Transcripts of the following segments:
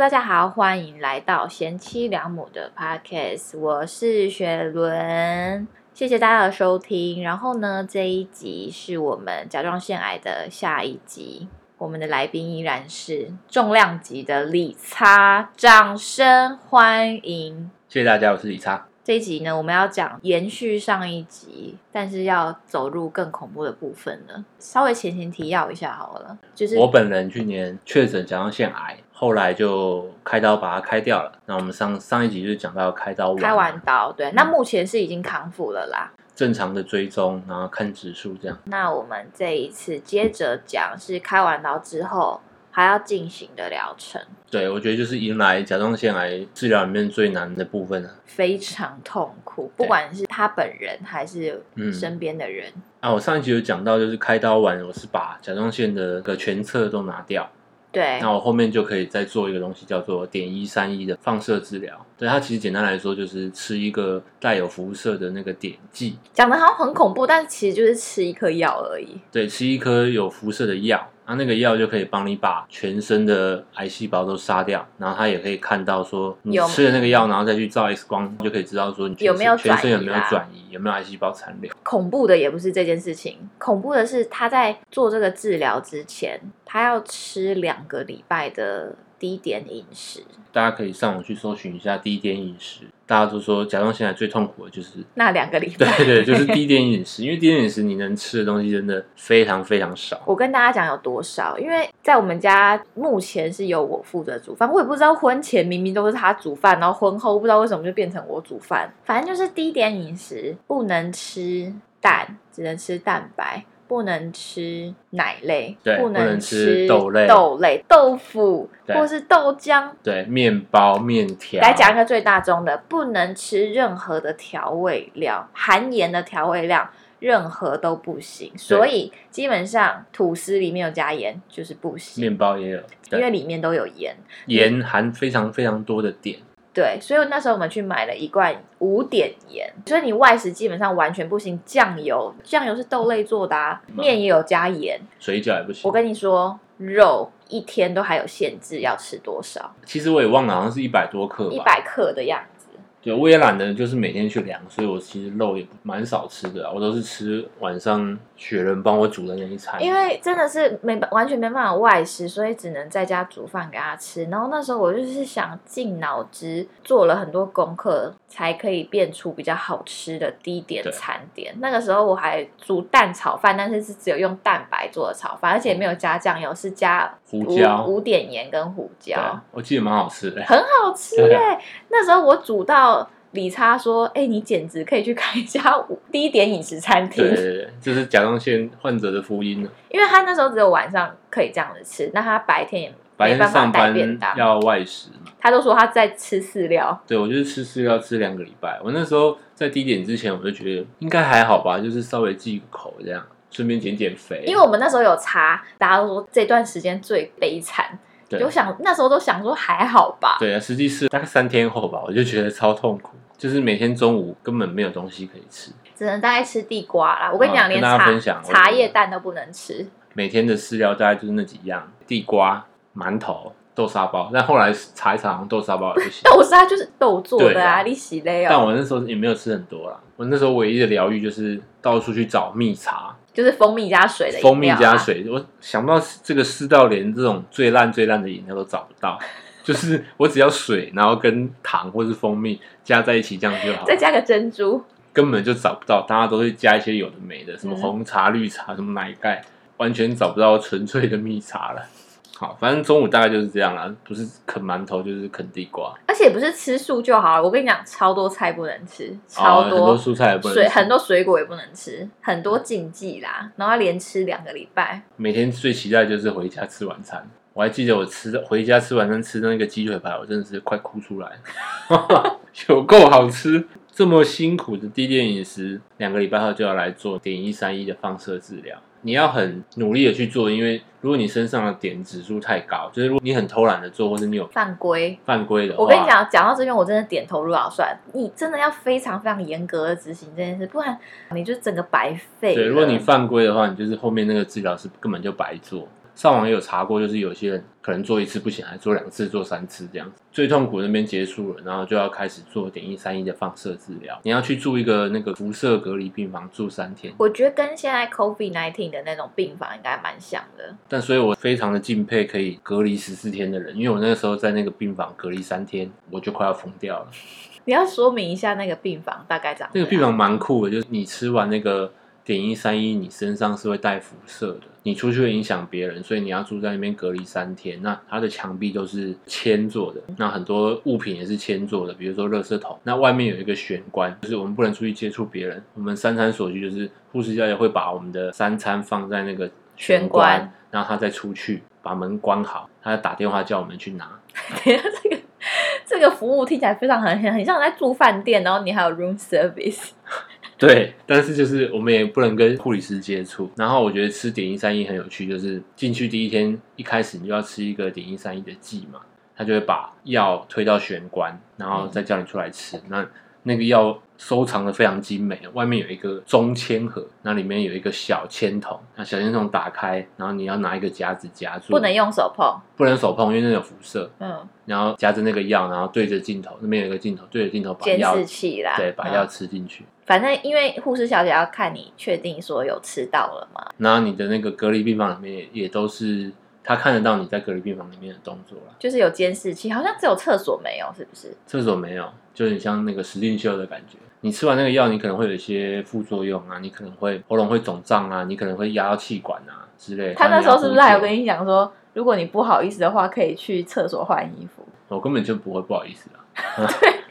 大家好，欢迎来到贤妻良母的 Podcast，我是雪伦，谢谢大家的收听。然后呢，这一集是我们甲状腺癌的下一集，我们的来宾依然是重量级的李擦，掌声欢迎。谢谢大家，我是李叉。这一集呢，我们要讲延续上一集，但是要走入更恐怖的部分了。稍微前情提要一下好了，就是我本人去年确诊甲状腺癌，后来就开刀把它开掉了。那我们上上一集就讲到开刀完开完刀，对，那目前是已经康复了啦。正常的追踪，然后看指数这样。那我们这一次接着讲是开完刀之后还要进行的疗程，对，我觉得就是迎来甲状腺癌治疗里面最难的部分了。非常痛苦，不对管是他本人还是嗯身边的人，啊，我上一集有讲到，就是开刀完，我是把甲状腺的个全侧都拿掉，对那我后面就可以再做一个东西叫做点一三一的放射治疗。对，它其实简单来说就是吃一个带有辐射的那个碘剂，讲的好像很恐怖，但其实就是吃一颗药而已。对，吃一颗有辐射的药，那那个药就可以帮你把全身的癌细胞都杀掉，然后它也可以看到说你有吃了那个药，然后再去照 X 光，就可以知道说你全有没有身全身有转移没有啦转移，有没有癌细胞残留。恐怖的也不是这件事情，恐怖的是他在做这个治疗之前，他要吃两个礼拜的低碘饮食。大家可以上网去搜寻一下低碘饮食，大家都说甲状腺癌最痛苦的就是。那两个礼对拜，对，就是低碘饮食，因为低碘饮食你能吃的东西真的非常非常少。我跟大家讲有多少，因为在我们家目前是由我负责煮饭，我也不知道婚前明明都是他煮饭，然后婚后不知道为什么就变成我煮饭。反正就是低点饮食，不能吃蛋，只能吃蛋白，不能吃奶类，对不不能能吃豆类豆类、豆腐对或是豆浆。对，面包、面条，来讲一个最大宗的，不能吃任何的调味料，含盐的调味料，任何都不行。所以基本上吐司里面有加盐就是不行，面包也有，因为对，里面都有盐。盐含非常非常多的碘。对，所以那时候我们去买了一罐无碘盐，所以你外食基本上完全不行。酱油，酱油是豆类做的、啊，嗯面也有加盐。水饺也不行。我跟你说，肉一天都还有限制，要吃多少，其实我也忘了，好像是一百多克吧。一。百克的样子。对，我也懒得就是每天去量，所以我其实肉也蛮少吃的啊、我都是吃晚上雪人帮我煮的那一餐。因为真的是没办完全没办法外食，所以只能在家煮饭给他吃。然后那时候我就是想尽脑汁做了很多功课，才可以变出比较好吃的低点对餐点。那个时候我还煮蛋炒饭，但是是只有用蛋白做的炒饭，而且没有加酱油，是加哦胡无椒五点盐跟胡对啊椒，，我记得蛮好 吃的。很好吃对哎、那时候我煮到。李叉说：“哎、你简直可以去开一家 五低点饮食餐厅。”对对对，对这是甲状腺患者的福音啊因为他那时候只有晚上可以这样子吃，那他白天也白没天办法上带班便当。要外食嘛，他都说他在吃饲料，对我就是吃饲料吃两个礼拜。我那时候在低点之前，我就觉得应该还好吧，就是稍微忌口这样，顺便减减肥。因为我们那时候有查，大家都说这段时间最悲惨。对有想那时候都想说还好吧，对啊，实际是大概三天后吧，我就觉得超痛苦，就是每天中午根本没有东西可以吃。只能大概吃地瓜啦。我跟你讲，嗯连跟大家分茶享茶叶蛋都不能吃。每天的饲料大概就是那几样：地瓜、馒头、豆沙包。但后来查一查，好像豆沙包也 不行。豆沙就是豆做的啊，对啊你洗嘞但哦，我那时候也没有吃很多啦。我那时候唯一的疗愈就是到处去找蜜茶，就是蜂蜜加水的、啊蜂蜜加。水。我想不到这个世道连这种最烂最烂的饮料都找不到，就是我只要水，然后跟糖或是蜂蜜加在一起，这样就好再了。加个珍珠，根本就找不到，大家都会加一些有的没的，什么嗯红茶、绿茶、什么奶盖，完全找不到纯粹的蜜茶了。好，反正中午大概就是这样啦，不是啃馒头就是啃地瓜，而且也不是吃素就好了。我跟你讲，超多菜不能吃，超哦很多蔬菜也不能水吃，嗯很多水果也不能吃，很多禁忌啦，然后连吃两个礼拜，每天最期待就是回家吃晚餐。我还记得我吃回家吃晚餐吃的那个鸡腿排，我真的是快哭出来， 有够好吃。这么辛苦的低电饮食，两个礼拜后就要来做点一三一的放射治疗。你要很努力的去做，因为如果你身上的碘指数太高，就是如果你很偷懒的做，或是你有犯规。犯规的话，我跟你，讲，讲到这边我真的点头如捣蒜，你真的要非常非常严格的执行这件事，不然你就整个白费了。对，如果你犯规的话，你就是后面那个治疗是根本就白做。上网也有查过，就是有些人可能做一次不行，还做两次、做三次这样子。最痛苦那边结束了，然后就要开始做点一三一的放射治疗。你要去住一个那个辐射隔离病房住三天，我觉得跟现在 COVID nineteen 的那种病房应该蛮像的。但所以我非常的敬佩可以隔离十四天的人，因为我那个时候在那个病房隔离三天，我就快要疯掉了。你要说明一下那个病房大概长那个病怎样房蛮酷的，就是你吃完那个碘一三一，你身上是会带辐射的，你出去会影响别人，所以你要住在那边隔离三天。那它的墙壁都是铅做的，那很多物品也是铅做的，比如说垃圾桶。那外面有一个玄关，就是我们不能出去接触别人。我们三餐所需就是护士小姐会把我们的三餐放在那个玄关，关然后她再出去把门关好，她打电话叫我们去拿。 等一下这个这个服务听起来非常很很很像在住饭店，然后你还有 room service。对，但是就是我们也不能跟护理师接触。然后我觉得吃点一三一很有趣，就是进去第一天一开始你就要吃一个点一三一的剂嘛，他就会把药推到玄关，然后再叫你出来吃。那那个药收藏的非常精美，外面有一个中铅盒，那里面有一个小铅筒，那小铅筒打开，然后你要拿一个夹子夹住，不能用手碰。不能手碰，因为那有辐射。嗯，然后夹着那个药，然后对着镜头，那边有一个镜头，对着镜头把监药视器啦。对把嗯药吃进去。反正因为护士小姐要看你确定说有吃到了嘛。然后你的那个隔离病房里面也也都是他看得到你在隔离病房里面的动作啦。就是有监视器，好像只有厕所没有，是不是？厕所没有，就很像那个实境秀的感觉。你吃完那个药，你可能会有一些副作用啊，你可能会喉咙会肿胀啊，你可能会压到气管啊之类的。他那时候是不是还有跟你？你讲说，如果你不好意思的话，可以去厕所换衣服？我根本就不会不好意思啊。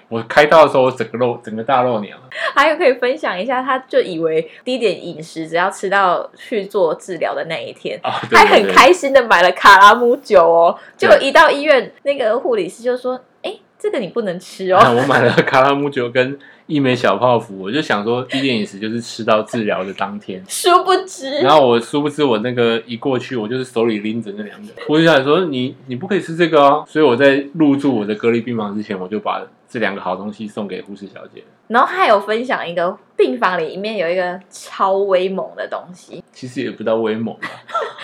我开刀的时候，我整个露整个大露鸟。 还有可以分享一下，他就以为低点饮食只要吃到去做治疗的那一天，啊，对他对很对开心的买了卡拉姆酒哦，结对果一到医院，那个护理师就说：“哎，这个你不能吃啊哦。 我买了卡拉木酒跟一枚小泡芙，我就想说低电饮食就是吃到治疗的当 天”。殊不知 然，后我殊不知我那个一过去，我就是手里拎着那两个，我就想说你你不可以吃这个哦，所以我在入住我的隔离病房之前，我就把这两个好东西送给护士小姐。然后他有分享一个病房里面有一个超威猛的东西，其实也不到 威猛吧，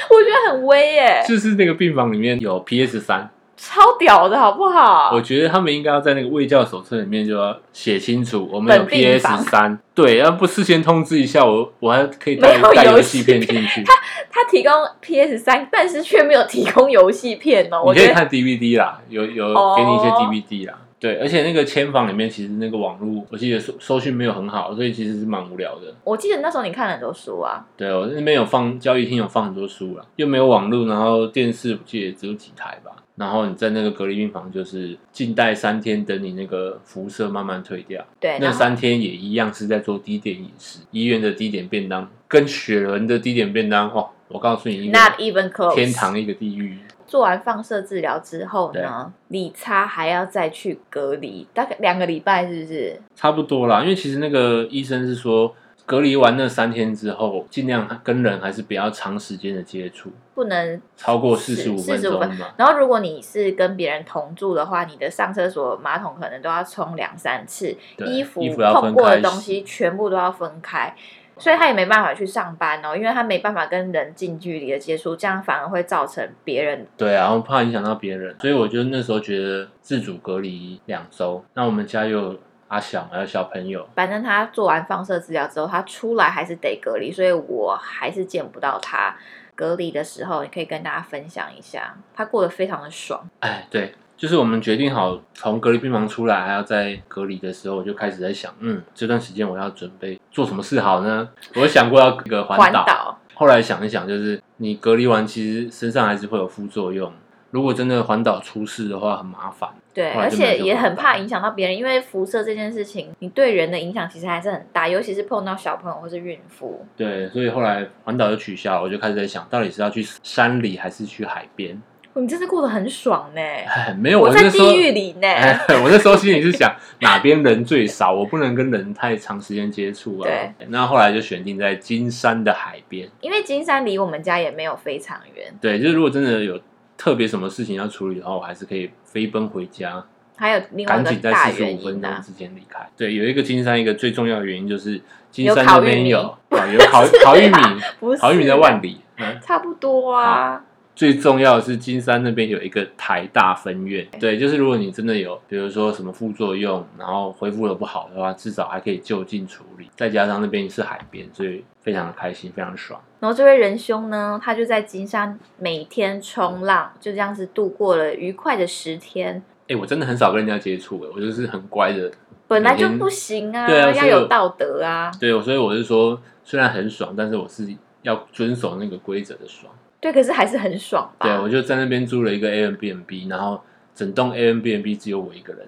我觉得很威耶，就是那个病房里面有 PS 三，超屌的好不好我？觉得他们应该要在那个卫教手册里面就要写清楚，我们有本病 PS 房三，对，要不事先通知一下我，我还可以带没有带游游戏戏片进去，他提供 PS 三，但是却没有提供游戏片哦，我你可以觉得看 DVD 啦，有有哦给你一些 DVD 啦。对，而且那个签房里面其实那个网络，我记得搜搜讯没有很好，所以其实是蛮无聊的。我记得那时候你看了很多书啊，对，我那边有放交易厅有放很多书啦，又没有网络，然后电视我记得也只有几台吧。然后你在那个隔离病房，就是静待三天，等你那个辐射慢慢退掉。对，那然后三天也一样是在做低点饮食，医院的低点便当跟雪人的低点便当哦，我告诉你，一个 Not even close 天堂一个地狱。做完放射治疗之后对呢，理查还要再去隔离，大概两个礼拜，是不是？差不多啦，因为其实那个医生是说，隔离完那三天之后，尽量跟人还是不要长时间的接触，不能。超过四十五是分45钟分嘛。然后，如果你是跟别人同住的话，你的上厕所马桶可能都要冲两三次，对衣服衣服要碰分过的开东洗西全部都要分开，所以他也没办法去上班哦，因为他没办法跟人近距离的接触，这样反而会造成别人对啊，然后怕影响到别人，所以我就那时候觉得自主隔离两周。那我们家又有阿小嘛，还有小朋友，反正他做完放射治疗之后，他出来还是得隔离，所以我还是见不到他。隔离的时候，你可以跟大家分享一下，他过得非常的爽。哎，对，就是我们决定好从隔离病房出来，还要在隔离的时候，我就开始在想，嗯，这段时间我要准备做什么事好呢？我有想过要一个环环岛，岛，后来想一想，就是你隔离完，其实身上还是会有副作用。如果真的环岛出事的话，很麻烦。对，后来而就没有且这个也很环岛怕影响到别人，因为辐射这件事情，你对人的影响其实还是很大，尤其是碰到小朋友或是孕妇。对，所以后来环岛就取消了，我就开始在想，到底是要去山里还是去海边？ 哦你真的过得很爽呢、哎，没有，我我在那时候地狱里呢。哎， 我那时候心里是想哪边人最少，我不能跟人太长时间接触啊。对，那后来就选定在金山的海边。因为金山离我们家也没有非常远，对，就是如果真的有特别什么事情要处理的话，我还是可以飞奔回家。还有另外一赶个紧在大四十原五分因钟啊，之前离开。对，有一个金山，一个最重要的原因就是金有山烤那玉边米有啊有烤烤玉米，不是烤玉米在万里，嗯差不多啊。最重要的是，金山那边有一个台大分院，对，就是如果你真的有，比如说什么副作用，然后恢复的不好的话，至少还可以就近处理。再加上那边是海边，所以非常开心，非常爽。然后这位仁兄呢，他就在金山每天冲浪，就这样子度过了愉快的十天。哎、我真的很少跟人家接触、诶欸我就是很乖的。本来就不行啊，对啊所要以有我道德啊。对，所以我是说，虽然很爽，但是我是要遵守那个规则的爽。对，可是还是很爽吧？对，啊我就在那边租了一个 Airbnb，然后整栋 Airbnb 只有我一个人。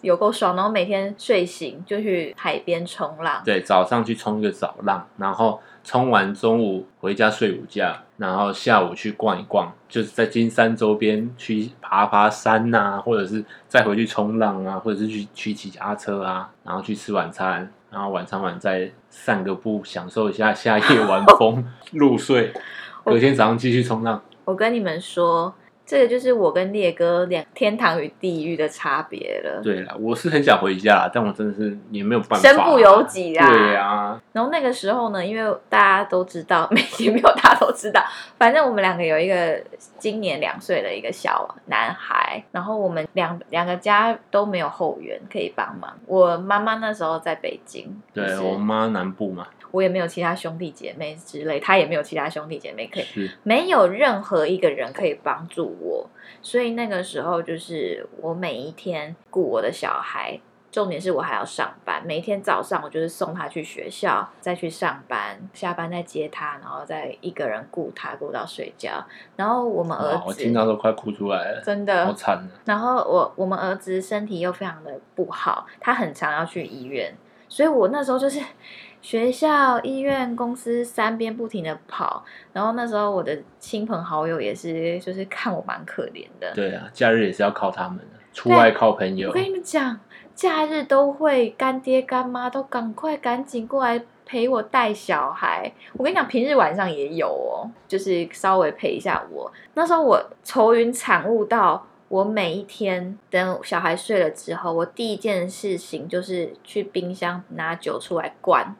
有够爽。然后每天睡醒就去海边冲浪，对，早上去冲个早浪，然后冲完中午回家睡午觉，然后下午去逛一逛，就是在金山周边去爬爬山呐、或者是再回去冲浪啊，或者是去去骑脚踏车啊，然后去吃晚餐，然后晚餐完再散个步，享受一下夏夜晚 风，入睡，隔天早上继续冲浪。我跟你们说，这个就是我跟烈哥两天堂与地狱的差别了。对啦，我是很想回家啦，但我真的是也没有办法、身不由己啊对啊，然后那个时候呢，因为大家都知道，没也没有大家都知道，反正我们两个有一个今年两岁的一个小男孩，然后我们两两个家都没有后援可以帮忙。我妈妈那时候在北京，就对是我妈南部嘛，我也没有其他兄弟姐妹之类，他也没有其他兄弟姐妹可以是没有任何一个人可以帮助我，所以那个时候就是我每一天顾我的小孩，重点是我还要上班。每一天早上我就是送他去学校，再去上班，下班再接他，然后再一个人顾他顾到睡觉。然后我们儿哇我听子到都快哭出来了，真好的，惨啊！然后我我们儿子身体又非常的不好，他很常要去医院，所以我那时候就是学校、医院、公司三边不停的跑。然后那时候我的亲朋好友也是，就是看我蛮可怜的。 对啊，假日也是要靠他们的，出外靠朋友我。跟你们讲，假日都会干爹干妈都赶快赶紧过来陪我带小孩。我跟你讲，平日晚上也有哦，就是稍微陪一下我。那时候我愁云惨雾到，我每一天等小孩睡了之后，我第一件事情就是去冰箱拿酒出来灌。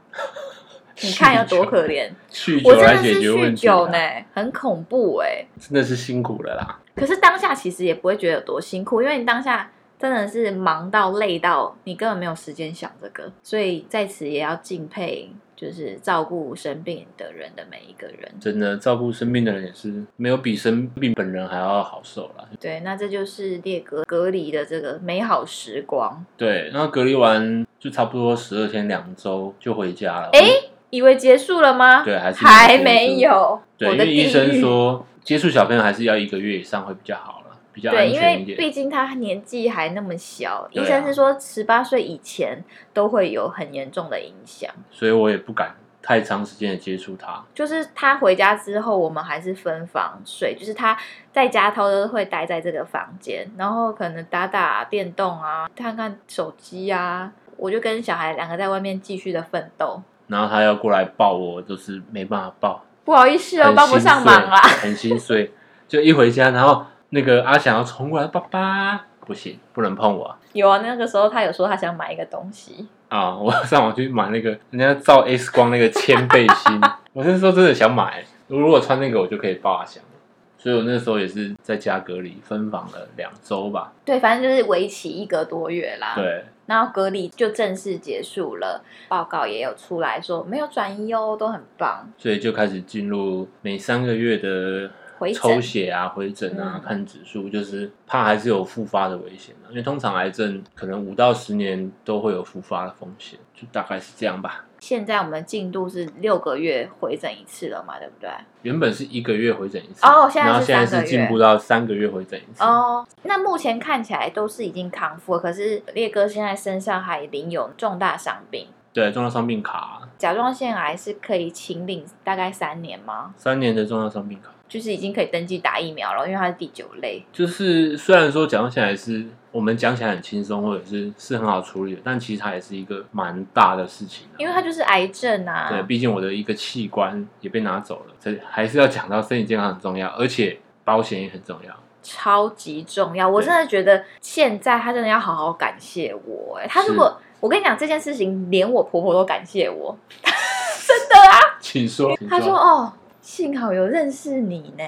你看有多可怜，酗酒 我真的来解是决问酗题啊、酒呢，很恐怖哎、真的是辛苦了啦。可是当下其实也不会觉得有多辛苦，因为你当下真的是忙到累到，你根本没有时间想这个。所以在此也要敬佩，就是照顾生病的人的每一个人。真的照顾生病的人也是没有比生病本人还要好受啦。对，那这就是列格隔离的这个美好时光。对，然后隔离完就差不多十二天两周就回家了。诶以为结束了吗？对还是还没没有。对，我因的为医地生狱。说接触小朋友还是要一个月以上会比较好了，比较安对，因全为一点。毕竟他年纪还那么小，对医啊生是说十八岁以前都会有很严重的影响。所以我也不敢太长时间的接触他。就是他回家之后，我们还是分房睡，就是他在家偷偷会待在这个房间，然后可能打打电动啊，看看手机啊。我就跟小孩两个在外面继续的奋斗，然后他要过来抱我，我就是没办法抱，不好意思哦，很帮不心上忙碎啦。很心碎。就一回家，然后那个阿翔要冲过来，爸爸不行，不能碰我有啊，那个时候他有说他想买一个东西，啊！我上网去买那个人家照 X 光那个千背心，我那时候真的想买，如果穿那个我就可以抱阿翔。所以我那时候也是在家隔离分房了两周吧，对，反正就是为期一个多月啦。，对，然后隔离就正式结束了，报告也有出来说没有转移哦，都很棒，所以就开始进入每三个月的回诊抽血啊、回诊啊、嗯看指数，就是怕还是有复发的危险、啊、因为通常癌症可能五到十年都会有复发的风险，就大概是这样吧。现在我们进度是六个月回诊一次了嘛，对不对？原本是一个月回诊一次，哦现在是然后现在三是个月进步到三个月回诊一次。哦，那目前看起来都是已经康复了，可是烈哥现在身上还领有重大伤病，对，重要伤病卡，甲状腺癌是可以请领大概三年吗？三年的重要伤病卡，就是已经可以登记打疫苗了，因为它是第九类。就是虽然说讲起来是我们讲起来很轻松，或者是是很好处理的，但其实它也是一个蛮大的事情啊、因为它就是癌症啊，对，毕竟我的一个器官也被拿走了，这还是要讲到身体健康很重要，而且保险也很重要。 超级重要。我真的觉得现在他真的要好好感谢我、哎，他如果我跟你讲这件事情，连我婆婆都感谢我，请说，她请说：“哦，幸好有认识你呢，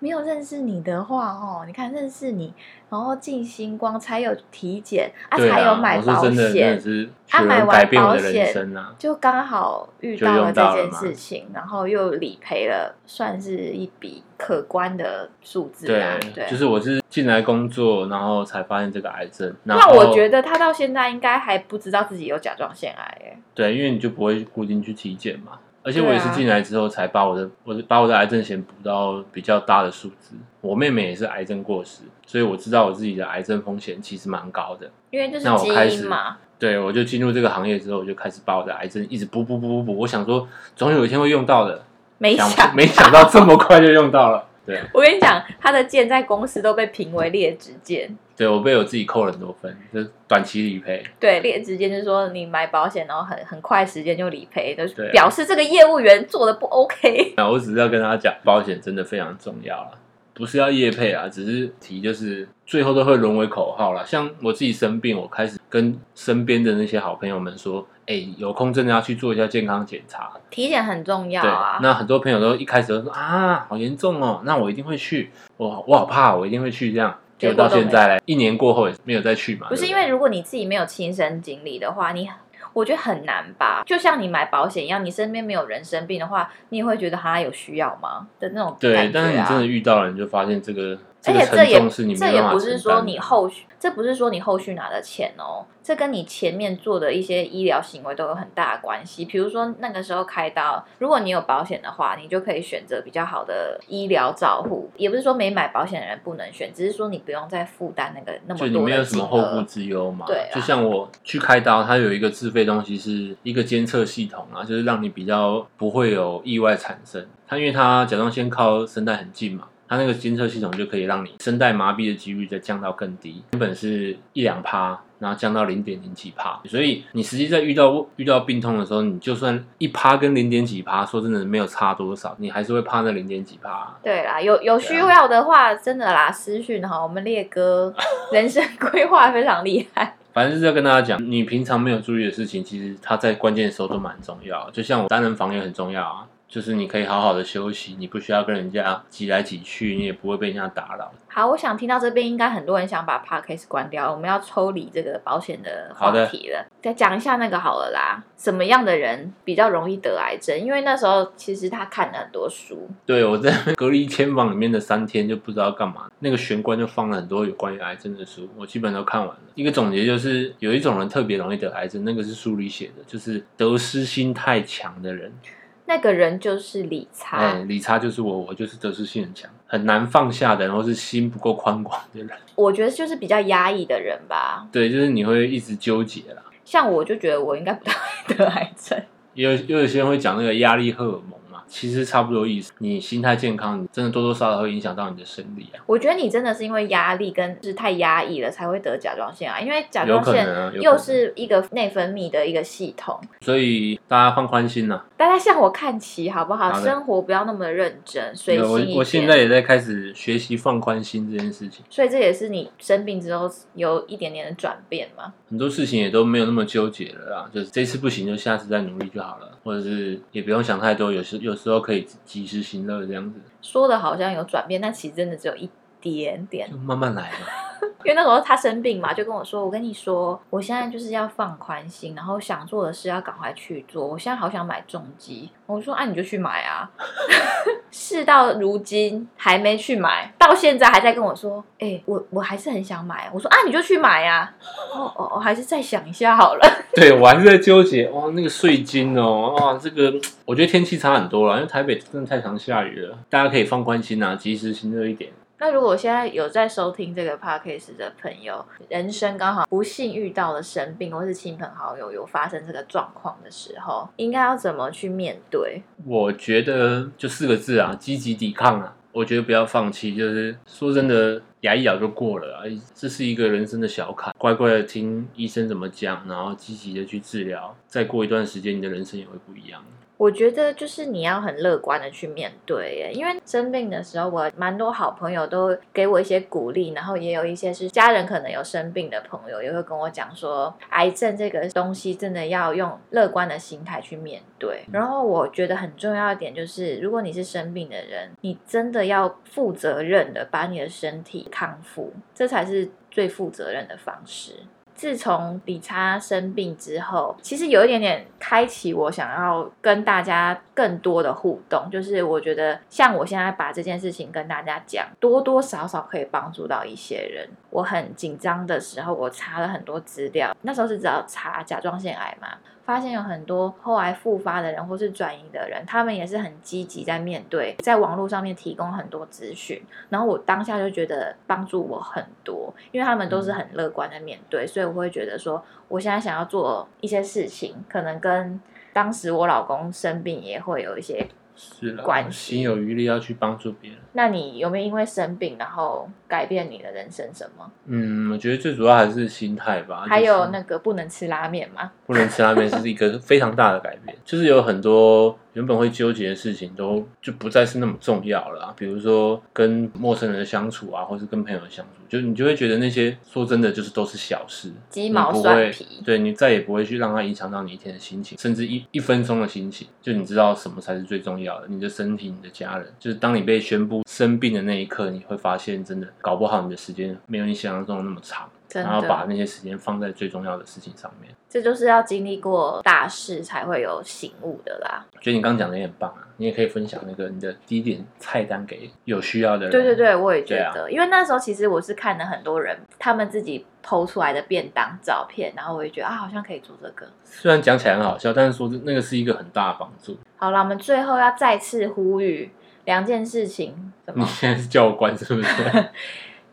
没有认识你的话，哦，你看认识你，然后进星光才有体检啊，对才有啊，买我说保真的真险的，是他有买人完改变我的保人险生啊，就刚好遇就到用了到这了件嘛事情，然后又理赔了，算是一笔可观的数字啊。对，就是我是进来工作，然后才发现这个癌症。那我觉得得他到现在应该还不知道自己有甲状腺癌耶。对，因为你就不会固定去体检嘛。而且对啊我也是进来之后才把我的我把我的癌症险补到比较大的数字。我妹妹也是癌症过世，所以我知道我自己的癌症风险其实蛮高的。因为就是那我基开因始嘛，对，我就进入这个行业之后，我就开始把我的癌症一直补补补补补。我想说，总有一天会用到的。没想想没想到这么快就用到了。对，我跟你讲，他的剑在公司都被评为劣质剑。对我被我自己扣了很多分，就是短期理赔。对，劣质剑就是说你买保险，然后很很快时间就理赔，就对是啊表示这个业务员做的不 OK。那我只是要跟大家讲，保险真的非常重要啦，不是要业配啊，只是提就是最后都会沦为口号啦。像我自己生病，我开始跟身边的那些好朋友们说，哎、有空真的要去做一下健康检查。 体检很重要对啊，。那很多朋友都一开始都说啊，好严重哦，那我一定会去，我我好怕，我一定会去这样。结结果果到都没现在嘞，一年过后也没有再去嘛。不是对因对为如果你自己没有亲身经历的话，你我觉得很难吧。就像你买保险一样，你身边没有人生病的话，你也会觉得哈有需要吗的那种对，感觉但是你啊。真的遇到了，你就发现这个而个且这沉也重是你没这有也办法不是承说担你的后续，这不是说你后续拿的钱哦，这跟你前面做的一些医疗行为都有很大的关系。比如说那个时候开刀，如果你有保险的话，你就可以选择比较好的医疗照护。也不是说没买保险的人不能选，只是说你不用再负担那个那么多就的你没有什金么后额顾之忧嘛。对啊就像我去开刀，它有一个自费东西，是一个监测系统啊，就是让你比较不会有意外产生。它因为它甲状腺靠声带很近嘛，它那个监测系统就可以让你声带麻痹的几率再降到更低，原本是一两趴。然后降到零点零几趴，所以你实际在遇到遇到病痛的时候，你就算一趴跟零点几趴，说真的没有差多少，你还是会怕那零点几趴啊、对啦，有有需对啊要的话，真的啦，私讯哈，我们烈 哥人生规划非常厉害。反正就是要跟大家讲，你平常没有注意的事情，其实它在关键的时候都蛮重要的。就像我单人房也很重要啊，就是你可以好好的休息，你不需要跟人家挤来挤去，你也不会被人家打扰。好，我想听到这边，应该很多人想把 podcast 关掉，我们要抽离这个保险的话好的题了。再讲一下那个好了啦，什么样的人比较容易得癌症？因为那时候其实他看了很多书，对我在 隔离千房里面的三天就不知道干嘛，那个玄关就放了很多有关于癌症的书，我基本都看完了。一个总结就是，有一种人特别容易得癌症，那个是书里写的，就是得失心太强的人。那个人就是理查。哎、理查就是我，我就是得失心很强，很难放下的人，或是心不够宽广的人。我觉得就是比较压抑的人吧，对，就是你会一直纠结啦。像我就觉得我应该不太会得癌症。也有也有些人会讲那个压力荷尔蒙嘛，其实差不多意思。你心态健康，你真的多多少少会影响到你的生理啊，我觉得你真的是因为压力跟就是太压抑了才会得甲状腺啊，因为甲有状可腺能啊，有可又能。是一个内分泌的一个系统。所以大家放宽心啦、大家向我看齐，好不好？好的生活不要那么认真，随对心一我点。我现在也在开始学习放宽心这件事情，所以这也是你生病之后有一点点的转变嘛。很多事情也都没有那么纠结了啦。就是这次不行，就下次再努力就好了，或者是也不用想太多，有时有时候可以及时行乐这样子，说的好像有转变，但其实真的只有一点点。就慢慢来嘛。因为那时候他生病嘛，就跟我说：“我跟你说，我现在就是要放宽心，然后想做的事要赶快去做。我现在好想买重机。”我说：“啊，你就去买啊。” 事到如今还没去买，到现在还在跟我说：“哎、我我还是很想买。”我说：“啊，你就去买呀、啊。”哦哦，我还是再想一下好了。 对我还是在纠结哇，那个税金哦，哇，这个我觉得天气差很多了，因为台北真的太常下雨了，大家可以放宽心啊，及时行乐一点。那如果现在有在收听这个 podcast 的朋友，人生刚好不幸遇到了生病，或是亲朋好友有发生这个状况的时候，应该要怎么去面对？我觉得就四个字啊，积极抵抗啊。我觉得不要放弃，就是说真的，牙一咬就过了啊，这是一个人生的小坎，乖乖的听医生怎么讲，然后积极的去治疗，再过一段时间，你的人生也会不一样。我觉得就是你要很乐观的去面对耶，因为生病的时候，我蛮多好朋友都给我一些鼓励，然后也有一些是家人可能有生病的朋友，也会跟我讲说，癌症这个东西真的要用乐观的心态去面对。然后我觉得很重要一点就是，如果你是生病的人，你真的要负责任的把你的身体康复，这才是最负责任的方式。自从理查生病之后，其实有一点点开启我想要跟大家更多的互动，就是我觉得像我现在把这件事情跟大家讲，多多少少可以帮助到一些人。我很紧张的时候，我查了很多资料，那时候是只要查甲状腺癌嘛，发现有很多后来复发的人或是转移的人，他们也是很积极在面对，在网络上面提供很多资讯。然后我当下就觉得帮助我很多，因为他们都是很乐观的面嗯对，所以我会觉得说，我现在想要做一些事情，可能跟当时我老公生病也会有一些。是啦关系心有余力要去帮助别人。那你有没有因为生病然后改变你的人生什么？嗯，我觉得最主要还是心态吧，还啊就有是那个不能吃拉面吗？不能吃拉面是一个非常大的改变，就是有很多原本会纠结的事情都就不再是那么重要了啊、比如说跟陌生人的相处啊，或是跟朋友的相处，就你就会觉得那些说真的就是都是小事，鸡毛嗯你不蒜会皮对你再也不会去让它影响到你一天的心情，甚至一一分钟的心情。就你知道什么才是最重要的，你的身体、你的家人。就是当你被宣布生病的那一刻，你会发现真的搞不好你的时间没有你想象中的那么长，真然后把的，那些时间放在最重要的事情上面。这就是要经历过大事才会有醒悟的啦。觉得你刚刚讲的也很棒啊，你也可以分享那个你的第一点菜单给有需要的人。对对，对，我也觉对啊得，因为那时候其实我是看了很多人他们自己剖出来的便当照片，然后我也觉得啊，好像可以做这个。虽然讲起来很好笑，但是说真那个是一个很大的帮助。好了，我们最后要再次呼吁两件事情，什你么？现在是叫我关是不是？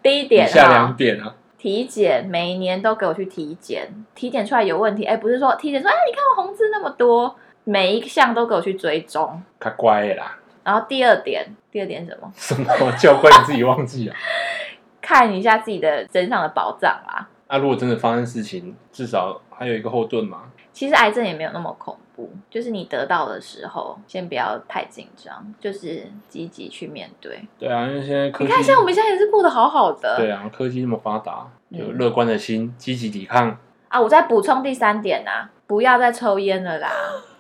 第一嗯以 点下哈两，点啊，体检每年都给我去体检，体检出来有问题，哎，不是说体检说哎，你看我红字那么多，每一项都给我去追踪。他乖的啦，然后第二点，第二点是什么？什么叫乖你自己忘记啊？ 看一下自己的身上的宝藏啦。啊，如果真的发生事情，至少还有一个后盾嘛。其实癌症也没有那么恐怖，就是你得到的时候，先不要太紧张，就是积极去面对。对啊，因为现在科你技，看，像我们现在也是过得好好的。对啊，科技那么发达，有嗯乐观的心，积极抵抗。啊，我再补充第三点啊，不要再抽烟 了啦，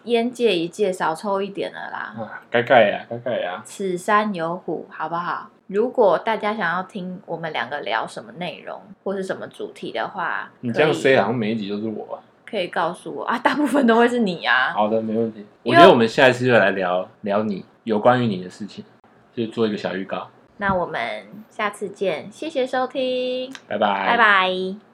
烟戒一戒，少抽一点了啦。啊，该改呀，该改啊呀。此山有虎，好不好？如果大家想要听我们两个聊什么内容或是什么主题的话，你这样可以 say 啊好像每一集都是我吧？可以告诉我啊， 大部分都会是你啊。好的，没问题。因我为觉得我们下一次就来聊聊你有关于你的事情，就做一个小预告。那我们下次见，谢谢收听，拜拜拜。